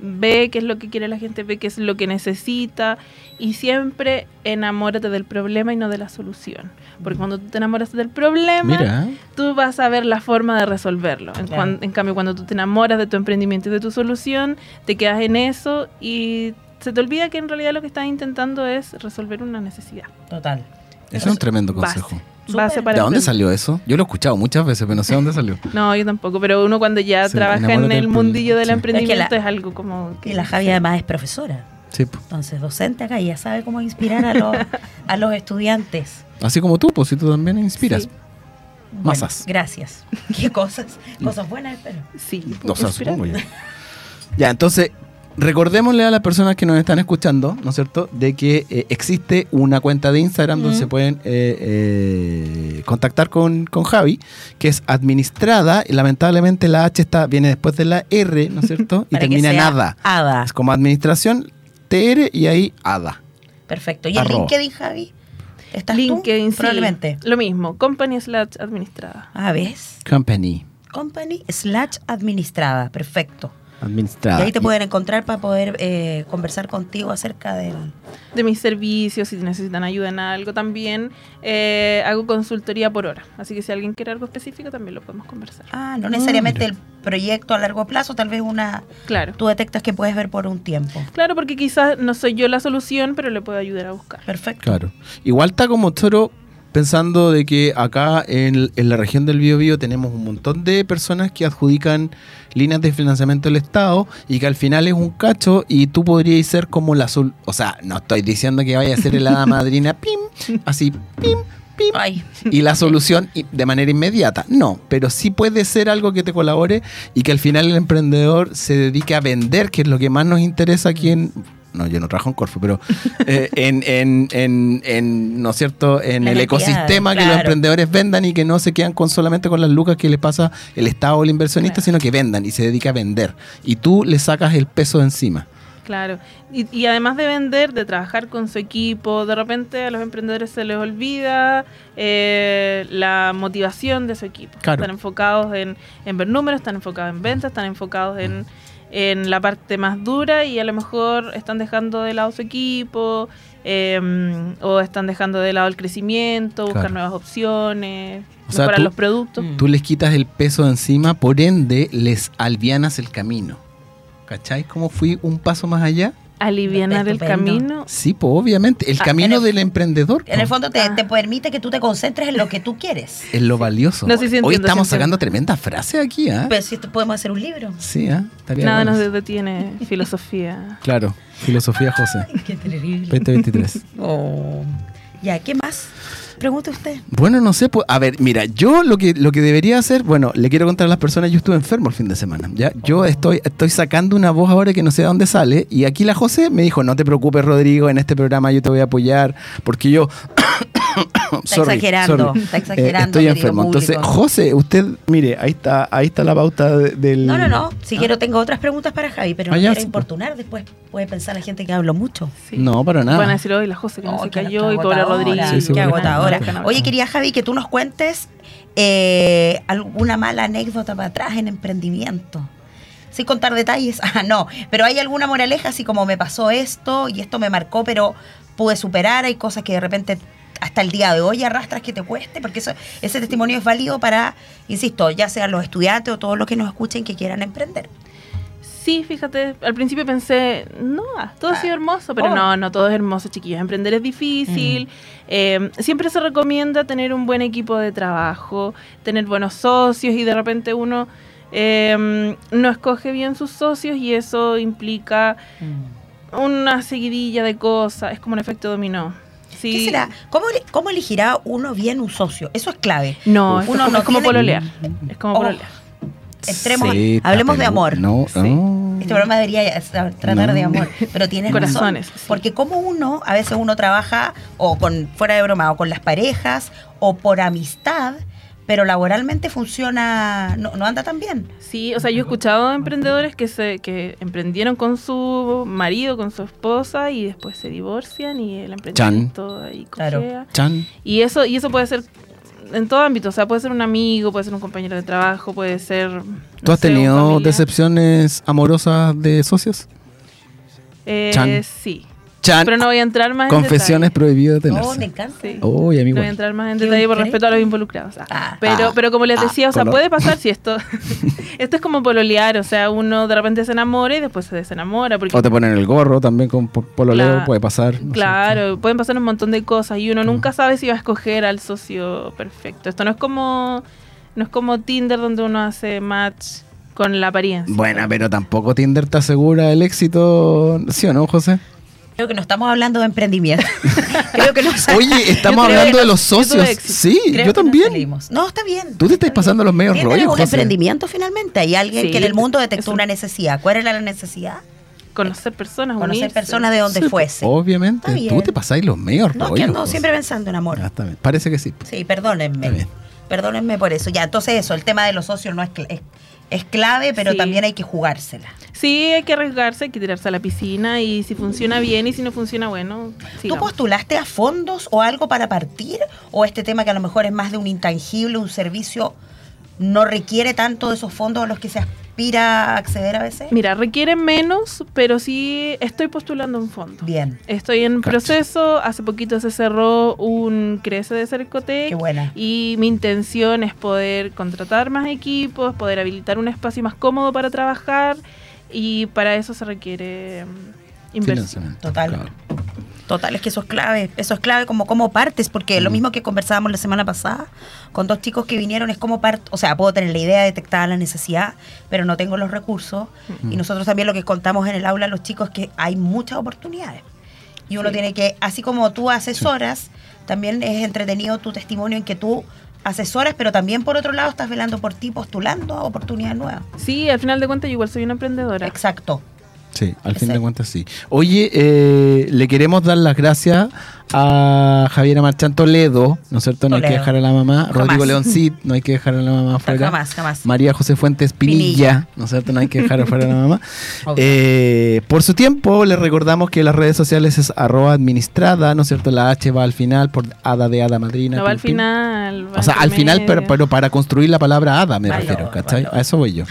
[SPEAKER 4] ve qué es lo que quiere la gente, ve qué es lo que necesita y siempre enamórate del problema y no de la solución. Porque cuando tú te enamoras del problema,
[SPEAKER 2] Mm. Mira.
[SPEAKER 4] tú vas a ver la forma de resolverlo. En,
[SPEAKER 3] Claro.
[SPEAKER 4] cuan- en cambio, cuando tú te enamoras de tu emprendimiento y de tu solución, te quedas en eso y se te olvida que en realidad lo que estás intentando es resolver una necesidad.
[SPEAKER 3] total.
[SPEAKER 2] Eso es un tremendo
[SPEAKER 4] Base.
[SPEAKER 2] consejo.
[SPEAKER 3] Súper.
[SPEAKER 4] Base
[SPEAKER 2] ¿De
[SPEAKER 4] para
[SPEAKER 2] dónde
[SPEAKER 4] emprender.
[SPEAKER 2] salió eso? Yo lo he escuchado muchas veces, pero no sé dónde salió.
[SPEAKER 4] No, yo tampoco, pero uno cuando ya
[SPEAKER 2] Se
[SPEAKER 4] trabaja
[SPEAKER 2] enamora
[SPEAKER 4] en
[SPEAKER 2] del
[SPEAKER 4] el mundillo
[SPEAKER 2] problema,
[SPEAKER 4] del
[SPEAKER 2] sí.
[SPEAKER 4] emprendimiento
[SPEAKER 3] Es
[SPEAKER 4] es,
[SPEAKER 3] que la-
[SPEAKER 4] algo como...
[SPEAKER 3] Y la Javi además es profesora,
[SPEAKER 2] Sí, po.
[SPEAKER 3] entonces docente acá y ya sabe cómo inspirar a los, a los estudiantes.
[SPEAKER 2] Así como tú, pues si tú también inspiras.
[SPEAKER 4] Sí.
[SPEAKER 3] Bueno,
[SPEAKER 2] Masas.
[SPEAKER 3] gracias. Qué cosas. Cosas buenas, espero.
[SPEAKER 4] Sí.
[SPEAKER 2] No sé,
[SPEAKER 4] Inspira-
[SPEAKER 2] supongo yo. Ya, entonces, recordémosle a las personas que nos están escuchando, ¿no es cierto?, de que eh, existe una cuenta de Instagram donde
[SPEAKER 3] Mm.
[SPEAKER 2] se pueden eh, eh, contactar con, con Javi, que es administrada, y lamentablemente la H está, viene después de la R, ¿no es cierto?, y
[SPEAKER 3] Para que
[SPEAKER 2] termina en
[SPEAKER 3] sea
[SPEAKER 2] ADA.
[SPEAKER 3] Ada.
[SPEAKER 2] Es como administración, TR y ahí ADA.
[SPEAKER 3] Perfecto. ¿Y el
[SPEAKER 2] Arroba.
[SPEAKER 3] LinkedIn, Javi? ¿Estás
[SPEAKER 4] LinkedIn,
[SPEAKER 3] tú?
[SPEAKER 4] sí.
[SPEAKER 3] Probablemente.
[SPEAKER 4] Lo mismo, company slash administrada.
[SPEAKER 3] A ¿ves?
[SPEAKER 2] Company.
[SPEAKER 3] Company slash administrada. Perfecto.
[SPEAKER 2] Administrada.
[SPEAKER 3] y ahí te
[SPEAKER 2] Ah, Y-
[SPEAKER 3] pueden encontrar para poder eh, conversar contigo acerca del...
[SPEAKER 4] De mis servicios, si necesitan ayuda en algo también, eh, hago consultoría por hora. Así que si alguien quiere algo específico, también lo podemos conversar.
[SPEAKER 3] Ah, no
[SPEAKER 2] Ah,
[SPEAKER 3] necesariamente el proyecto a largo plazo, tal vez una...
[SPEAKER 4] Claro.
[SPEAKER 3] Tú detectas que puedes ver por un tiempo.
[SPEAKER 4] Claro, porque quizás no soy yo la solución, pero le puedo ayudar a buscar.
[SPEAKER 3] Perfecto.
[SPEAKER 2] Claro. Igual está como Toro pensando de que acá en, en la región del Bío Bío tenemos un montón de personas que adjudican líneas de financiamiento del Estado y que al final es un cacho y tú podrías ser como la sol... O sea, no estoy diciendo que vaya a ser el hada madrina, pim, así, pim, pim,
[SPEAKER 3] Ay,
[SPEAKER 2] y la solución i- de manera inmediata. No, pero sí puede ser algo que te colabore y que al final el emprendedor se dedique a vender, que es lo que más nos interesa aquí en... No, yo no trabajo en Corfo, pero eh, en, en- en- en, ¿no es cierto?, en
[SPEAKER 3] La
[SPEAKER 2] el
[SPEAKER 3] entidad,
[SPEAKER 2] ecosistema que los
[SPEAKER 3] claro.
[SPEAKER 2] emprendedores vendan y que no se quedan con solamente con las lucas que les pasa el Estado o el inversionista,
[SPEAKER 4] Claro.
[SPEAKER 2] sino que vendan y se dedica a vender. Y tú le sacas el peso de encima.
[SPEAKER 4] Claro, y, y además de vender, de trabajar con su equipo, de repente a los emprendedores se les olvida eh, la motivación de su equipo.
[SPEAKER 2] Claro.
[SPEAKER 4] Están enfocados en, en ver números, están enfocados en ventas, están enfocados en, en la parte más dura y a lo mejor están dejando de lado su equipo eh, o están dejando de lado el crecimiento, buscar
[SPEAKER 2] Claro.
[SPEAKER 4] nuevas opciones,
[SPEAKER 2] O sea,
[SPEAKER 4] mejorar
[SPEAKER 2] tú-
[SPEAKER 4] los productos.
[SPEAKER 3] Mm.
[SPEAKER 2] Tú les quitas el peso de encima, por ende les alvianas el camino. ¿Cacháis cómo fui un paso más allá?
[SPEAKER 4] Alivianar el
[SPEAKER 3] Estupendo.
[SPEAKER 4] camino.
[SPEAKER 2] Sí, pues obviamente. El
[SPEAKER 3] Ah,
[SPEAKER 2] camino
[SPEAKER 3] en el-
[SPEAKER 2] del emprendedor
[SPEAKER 3] en el
[SPEAKER 2] po,
[SPEAKER 3] fondo te,
[SPEAKER 4] Ah.
[SPEAKER 3] te permite que tú te concentres en lo que tú quieres.
[SPEAKER 2] es lo valioso.
[SPEAKER 4] No, sí, sí,
[SPEAKER 2] Hoy
[SPEAKER 4] entiendo,
[SPEAKER 2] estamos
[SPEAKER 4] sí,
[SPEAKER 2] sacando tremendas frases aquí, ¿ah?
[SPEAKER 3] Pero Pues, si esto podemos hacer un libro.
[SPEAKER 2] Sí, ¿ah? Estaría
[SPEAKER 4] Nada
[SPEAKER 2] bueno.
[SPEAKER 4] nos detiene filosofía.
[SPEAKER 2] Claro, filosofía José,
[SPEAKER 3] Qué terrible.
[SPEAKER 2] 2023.
[SPEAKER 3] Oh. Ya, ¿qué más? Pregunte usted.
[SPEAKER 2] Bueno, no sé, pues, a ver, mira, yo lo que, lo que debería hacer, bueno, le quiero contar a las personas, yo estuve enfermo el fin de semana, ¿ya? Yo estoy, estoy sacando una voz ahora que no sé de dónde sale, y aquí la José me dijo, no te preocupes, Rodrigo, en este programa yo te voy a apoyar, porque yo...
[SPEAKER 3] Está
[SPEAKER 2] Sorry,
[SPEAKER 3] exagerando,
[SPEAKER 2] sorry.
[SPEAKER 3] está
[SPEAKER 2] Eh,
[SPEAKER 3] exagerando.
[SPEAKER 2] estoy
[SPEAKER 3] querido
[SPEAKER 2] enfermo. Entonces,
[SPEAKER 3] público.
[SPEAKER 2] José, usted, mire, ahí está, ahí está la pauta de- del...
[SPEAKER 3] No, no, no. Si quiero tengo otras preguntas para Javi, pero no
[SPEAKER 2] Mm. Ah, ya,
[SPEAKER 3] quiero
[SPEAKER 2] sí,
[SPEAKER 3] importunar. Después puede pensar la gente que hablo mucho.
[SPEAKER 4] Sí.
[SPEAKER 2] No, para nada.
[SPEAKER 4] Van a decir hoy la José que no
[SPEAKER 3] Oh,
[SPEAKER 4] se
[SPEAKER 3] qué-
[SPEAKER 4] cayó
[SPEAKER 3] qué
[SPEAKER 4] y Paula
[SPEAKER 3] agotadora,
[SPEAKER 4] Rodríguez.
[SPEAKER 2] Sí, sí,
[SPEAKER 3] qué
[SPEAKER 2] bueno.
[SPEAKER 3] agotadora.
[SPEAKER 2] Qué agotadora.
[SPEAKER 3] Oye, quería Javi que tú nos cuentes eh, alguna mala anécdota para atrás en emprendimiento. Sin contar detalles, ah, no, pero hay alguna moraleja, así como me pasó esto y esto me marcó, pero pude superar, hay cosas que de repente hasta el día de hoy arrastras que te cueste, porque eso, ese testimonio es válido para, insisto, ya sean los estudiantes o todos los que nos escuchen que quieran emprender.
[SPEAKER 4] Sí, fíjate, al principio pensé, no, ah, todo ha sido hermoso, pero
[SPEAKER 3] Oh. Mm.
[SPEAKER 4] no, no todo es hermoso, chiquillos. Emprender es difícil. Eh, siempre se recomienda tener un buen equipo de trabajo, tener buenos socios y de repente uno eh, no escoge bien sus socios y eso implica
[SPEAKER 3] Mm.
[SPEAKER 4] una seguidilla de cosas. Es como un efecto dominó. Sí.
[SPEAKER 3] ¿Qué será? ¿Cómo, ¿Cómo elegirá uno bien un socio? Eso es clave.
[SPEAKER 4] No,
[SPEAKER 2] Uf.
[SPEAKER 4] es,
[SPEAKER 3] Uno
[SPEAKER 4] como,
[SPEAKER 3] no
[SPEAKER 4] es como
[SPEAKER 3] tiene-
[SPEAKER 4] pololear. Es como
[SPEAKER 3] Oh.
[SPEAKER 4] pololear.
[SPEAKER 3] Entremos-
[SPEAKER 2] Ah, Sí, está
[SPEAKER 3] hablemos de
[SPEAKER 2] pelu-
[SPEAKER 3] amor.
[SPEAKER 2] No, ah.
[SPEAKER 4] Sí.
[SPEAKER 2] no.
[SPEAKER 3] Este programa debería sa- tratar
[SPEAKER 2] No.
[SPEAKER 3] de amor, pero tienes
[SPEAKER 4] Corazones,
[SPEAKER 3] razón.
[SPEAKER 4] sí.
[SPEAKER 3] Porque como uno, a veces uno trabaja o con fuera de broma o con las parejas o por amistad, pero laboralmente funciona, no, no anda tan bien.
[SPEAKER 4] Sí, o sea, yo he escuchado de emprendedores que se que emprendieron con su marido, con su esposa y después se divorcian y el emprendimiento ahí
[SPEAKER 3] Claro.
[SPEAKER 4] cojea.
[SPEAKER 2] Chan.
[SPEAKER 4] Y eso y eso puede ser en todo ámbito, o sea, puede ser un amigo, puede ser un compañero de trabajo, puede ser no
[SPEAKER 2] ¿Tú has
[SPEAKER 4] sé, un
[SPEAKER 2] tenido
[SPEAKER 4] familiar.
[SPEAKER 2] decepciones amorosas de socios?
[SPEAKER 4] Eh,
[SPEAKER 2] Chan.
[SPEAKER 4] sí,
[SPEAKER 2] Chan.
[SPEAKER 4] pero no voy a entrar más
[SPEAKER 2] Confesiones
[SPEAKER 4] en detalle.
[SPEAKER 2] prohibidas de
[SPEAKER 3] Oh, me
[SPEAKER 2] tenerse.
[SPEAKER 3] encanta.
[SPEAKER 4] Sí.
[SPEAKER 2] Uy,
[SPEAKER 4] No
[SPEAKER 2] amigo.
[SPEAKER 4] voy a entrar más en
[SPEAKER 3] Qué
[SPEAKER 4] detalle por
[SPEAKER 3] increíble.
[SPEAKER 4] respeto a los involucrados. Ah.
[SPEAKER 3] Ah,
[SPEAKER 4] Pero,
[SPEAKER 2] Ah,
[SPEAKER 4] pero como les
[SPEAKER 2] ah,
[SPEAKER 4] decía, o sea,
[SPEAKER 2] color.
[SPEAKER 4] puede pasar si esto, esto es como pololear, o sea, uno de repente se enamora y después se desenamora. Porque
[SPEAKER 2] O te ponen el gorro también con po- pololeo,
[SPEAKER 4] Cla-
[SPEAKER 2] puede pasar. no sé.
[SPEAKER 4] Claro, pueden pasar un montón de cosas y uno nunca sabe si va a escoger al socio perfecto. Esto no es como no es como Tinder donde uno hace match con la apariencia.
[SPEAKER 2] Bueno, pero tampoco Tinder te asegura el éxito, ¿sí o no, José?
[SPEAKER 3] Creo que no estamos hablando de emprendimiento. creo que nos-
[SPEAKER 2] Oye, estamos
[SPEAKER 3] Yo creo
[SPEAKER 2] hablando
[SPEAKER 3] que
[SPEAKER 2] de los
[SPEAKER 3] nos-
[SPEAKER 4] tuve
[SPEAKER 2] socios.
[SPEAKER 4] éxito.
[SPEAKER 2] Sí,
[SPEAKER 3] creo que
[SPEAKER 2] yo
[SPEAKER 3] nos
[SPEAKER 2] también.
[SPEAKER 3] salimos. No, está bien.
[SPEAKER 2] Tú te estás pasando los medios
[SPEAKER 3] Bien, pero
[SPEAKER 2] rollos,
[SPEAKER 3] es un
[SPEAKER 2] José.
[SPEAKER 3] emprendimiento finalmente. Hay alguien
[SPEAKER 4] Sí,
[SPEAKER 3] que en el mundo
[SPEAKER 4] es
[SPEAKER 3] detectó
[SPEAKER 4] un-
[SPEAKER 3] una necesidad. ¿Cuál era la necesidad?
[SPEAKER 4] Conocer personas,
[SPEAKER 3] Conocer
[SPEAKER 4] unirse.
[SPEAKER 3] personas de donde
[SPEAKER 2] Sí, pues,
[SPEAKER 3] fuese. Está
[SPEAKER 2] Obviamente,
[SPEAKER 3] bien.
[SPEAKER 2] tú te pasáis los medios
[SPEAKER 3] No, es que
[SPEAKER 2] rollos.
[SPEAKER 3] ando
[SPEAKER 2] José.
[SPEAKER 3] siempre pensando en amor.
[SPEAKER 2] Ah, está bien. Parece que sí.
[SPEAKER 3] Sí,
[SPEAKER 2] Está
[SPEAKER 3] perdónenme.
[SPEAKER 2] bien.
[SPEAKER 3] Perdónenme por eso. Ya, entonces eso, el tema de los socios no es, cl- es, es clave, pero
[SPEAKER 4] Sí.
[SPEAKER 3] también hay que jugársela.
[SPEAKER 4] Sí, hay que arriesgarse, hay que tirarse a la piscina y si funciona bien y si no funciona, bueno,
[SPEAKER 3] ¿Tú
[SPEAKER 4] sigamos.
[SPEAKER 3] postulaste a fondos o algo para partir? ¿O este tema que a lo mejor es más de un intangible, un servicio, no requiere tanto de esos fondos a los que se aspira a acceder a veces?
[SPEAKER 4] Mira, requiere menos, pero sí estoy postulando un fondo.
[SPEAKER 3] Bien,
[SPEAKER 4] Estoy en
[SPEAKER 2] Cacho.
[SPEAKER 4] proceso, hace poquito se cerró un crece de
[SPEAKER 3] qué
[SPEAKER 4] Cercotec
[SPEAKER 3] buena.
[SPEAKER 4] y mi intención es poder contratar más equipos, poder habilitar un espacio más cómodo para trabajar y para eso se requiere mm, inversión.
[SPEAKER 2] Financiamiento,
[SPEAKER 3] Total.
[SPEAKER 2] claro.
[SPEAKER 3] Total, es que eso es clave, eso es clave como cómo partes, porque lo mismo que conversábamos la semana pasada con dos chicos que vinieron, es como parto, o sea, puedo tener la idea detectada, la necesidad, pero no tengo los recursos. Y nosotros también lo que contamos en el aula a los chicos es que hay muchas oportunidades. Y uno
[SPEAKER 4] Sí.
[SPEAKER 3] tiene que, así como tú asesoras, también es entretenido tu testimonio en que tú asesoras, pero también por otro lado estás velando por ti, postulando a oportunidades nuevas.
[SPEAKER 4] Sí, al final de cuentas yo igual soy una emprendedora.
[SPEAKER 3] Exacto.
[SPEAKER 2] Sí, al fin
[SPEAKER 3] Exacto.
[SPEAKER 2] de cuentas sí. Oye, eh, le queremos dar las gracias a Javiera Marchán Toledo, ¿no es cierto? No hay que
[SPEAKER 3] Toledo.
[SPEAKER 2] dejar a la mamá.
[SPEAKER 3] Jamás.
[SPEAKER 2] Rodrigo León Cid, no hay que dejar a la mamá afuera.
[SPEAKER 3] Jamás, jamás.
[SPEAKER 2] María José Fuentes Pinilla,
[SPEAKER 3] Pinilla.
[SPEAKER 2] ¿no es cierto? No hay que dejar afuera a la mamá.
[SPEAKER 3] Obvio.
[SPEAKER 2] Eh, por su tiempo, les recordamos que las redes sociales es arroba administrada, ¿no es cierto? La H va al final por hada de hada madrina.
[SPEAKER 4] No va al
[SPEAKER 2] pim, pim.
[SPEAKER 4] final. va
[SPEAKER 2] O sea,
[SPEAKER 4] entre
[SPEAKER 2] al final, pero,
[SPEAKER 4] medio.
[SPEAKER 2] pero para construir la palabra hada, me
[SPEAKER 3] Valor,
[SPEAKER 2] refiero, ¿cachai?
[SPEAKER 3] valor.
[SPEAKER 2] A eso voy yo.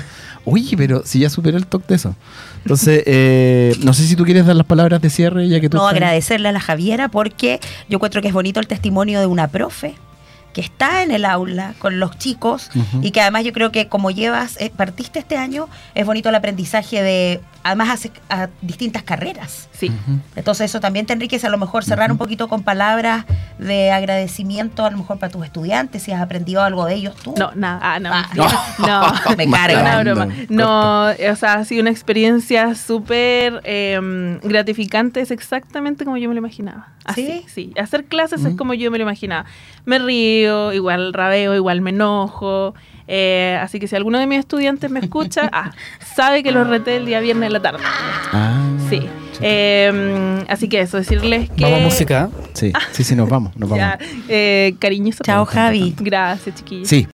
[SPEAKER 2] Oye, pero si ya superé el toque de eso. Entonces, eh, no sé si tú quieres dar las palabras de cierre, ya que tú.
[SPEAKER 3] No,
[SPEAKER 2] estás-
[SPEAKER 3] agradecerle a la Javiera porque yo encuentro que es bonito el testimonio de una profe que está en el aula con los chicos
[SPEAKER 2] Ujú.
[SPEAKER 3] y que además yo creo que como llevas, eh, partiste este año, es bonito el aprendizaje de, además haces a distintas carreras.
[SPEAKER 4] Sí.
[SPEAKER 2] Ujú.
[SPEAKER 3] Entonces eso también te enriquece, a lo mejor cerrar un poquito con palabras de agradecimiento, a lo mejor para tus estudiantes, si has aprendido algo de ellos tú.
[SPEAKER 4] No, nada, ah, no.
[SPEAKER 3] Ah.
[SPEAKER 4] No. no.
[SPEAKER 3] Me carga.
[SPEAKER 4] Una
[SPEAKER 2] Ando,
[SPEAKER 4] broma. No, o sea, ha sido una experiencia súper eh, gratificante. Es exactamente como yo me lo imaginaba. Así, sí. Hacer clases es
[SPEAKER 2] Mm.
[SPEAKER 4] como yo me lo imaginaba. Me río, igual rabeo, igual me enojo. eh, así que si alguno de mis estudiantes me escucha, ah, sabe que los reté el día viernes en la tarde.
[SPEAKER 2] Ah,
[SPEAKER 4] Sí. Eh, así que eso, decirles que.
[SPEAKER 6] Vamos a música.
[SPEAKER 2] sí, sí, sí, nos vamos, nos vamos.
[SPEAKER 4] Ya, eh, cariñoso.
[SPEAKER 3] Chao, Javi.
[SPEAKER 4] Gracias, chiquillos.
[SPEAKER 2] Sí.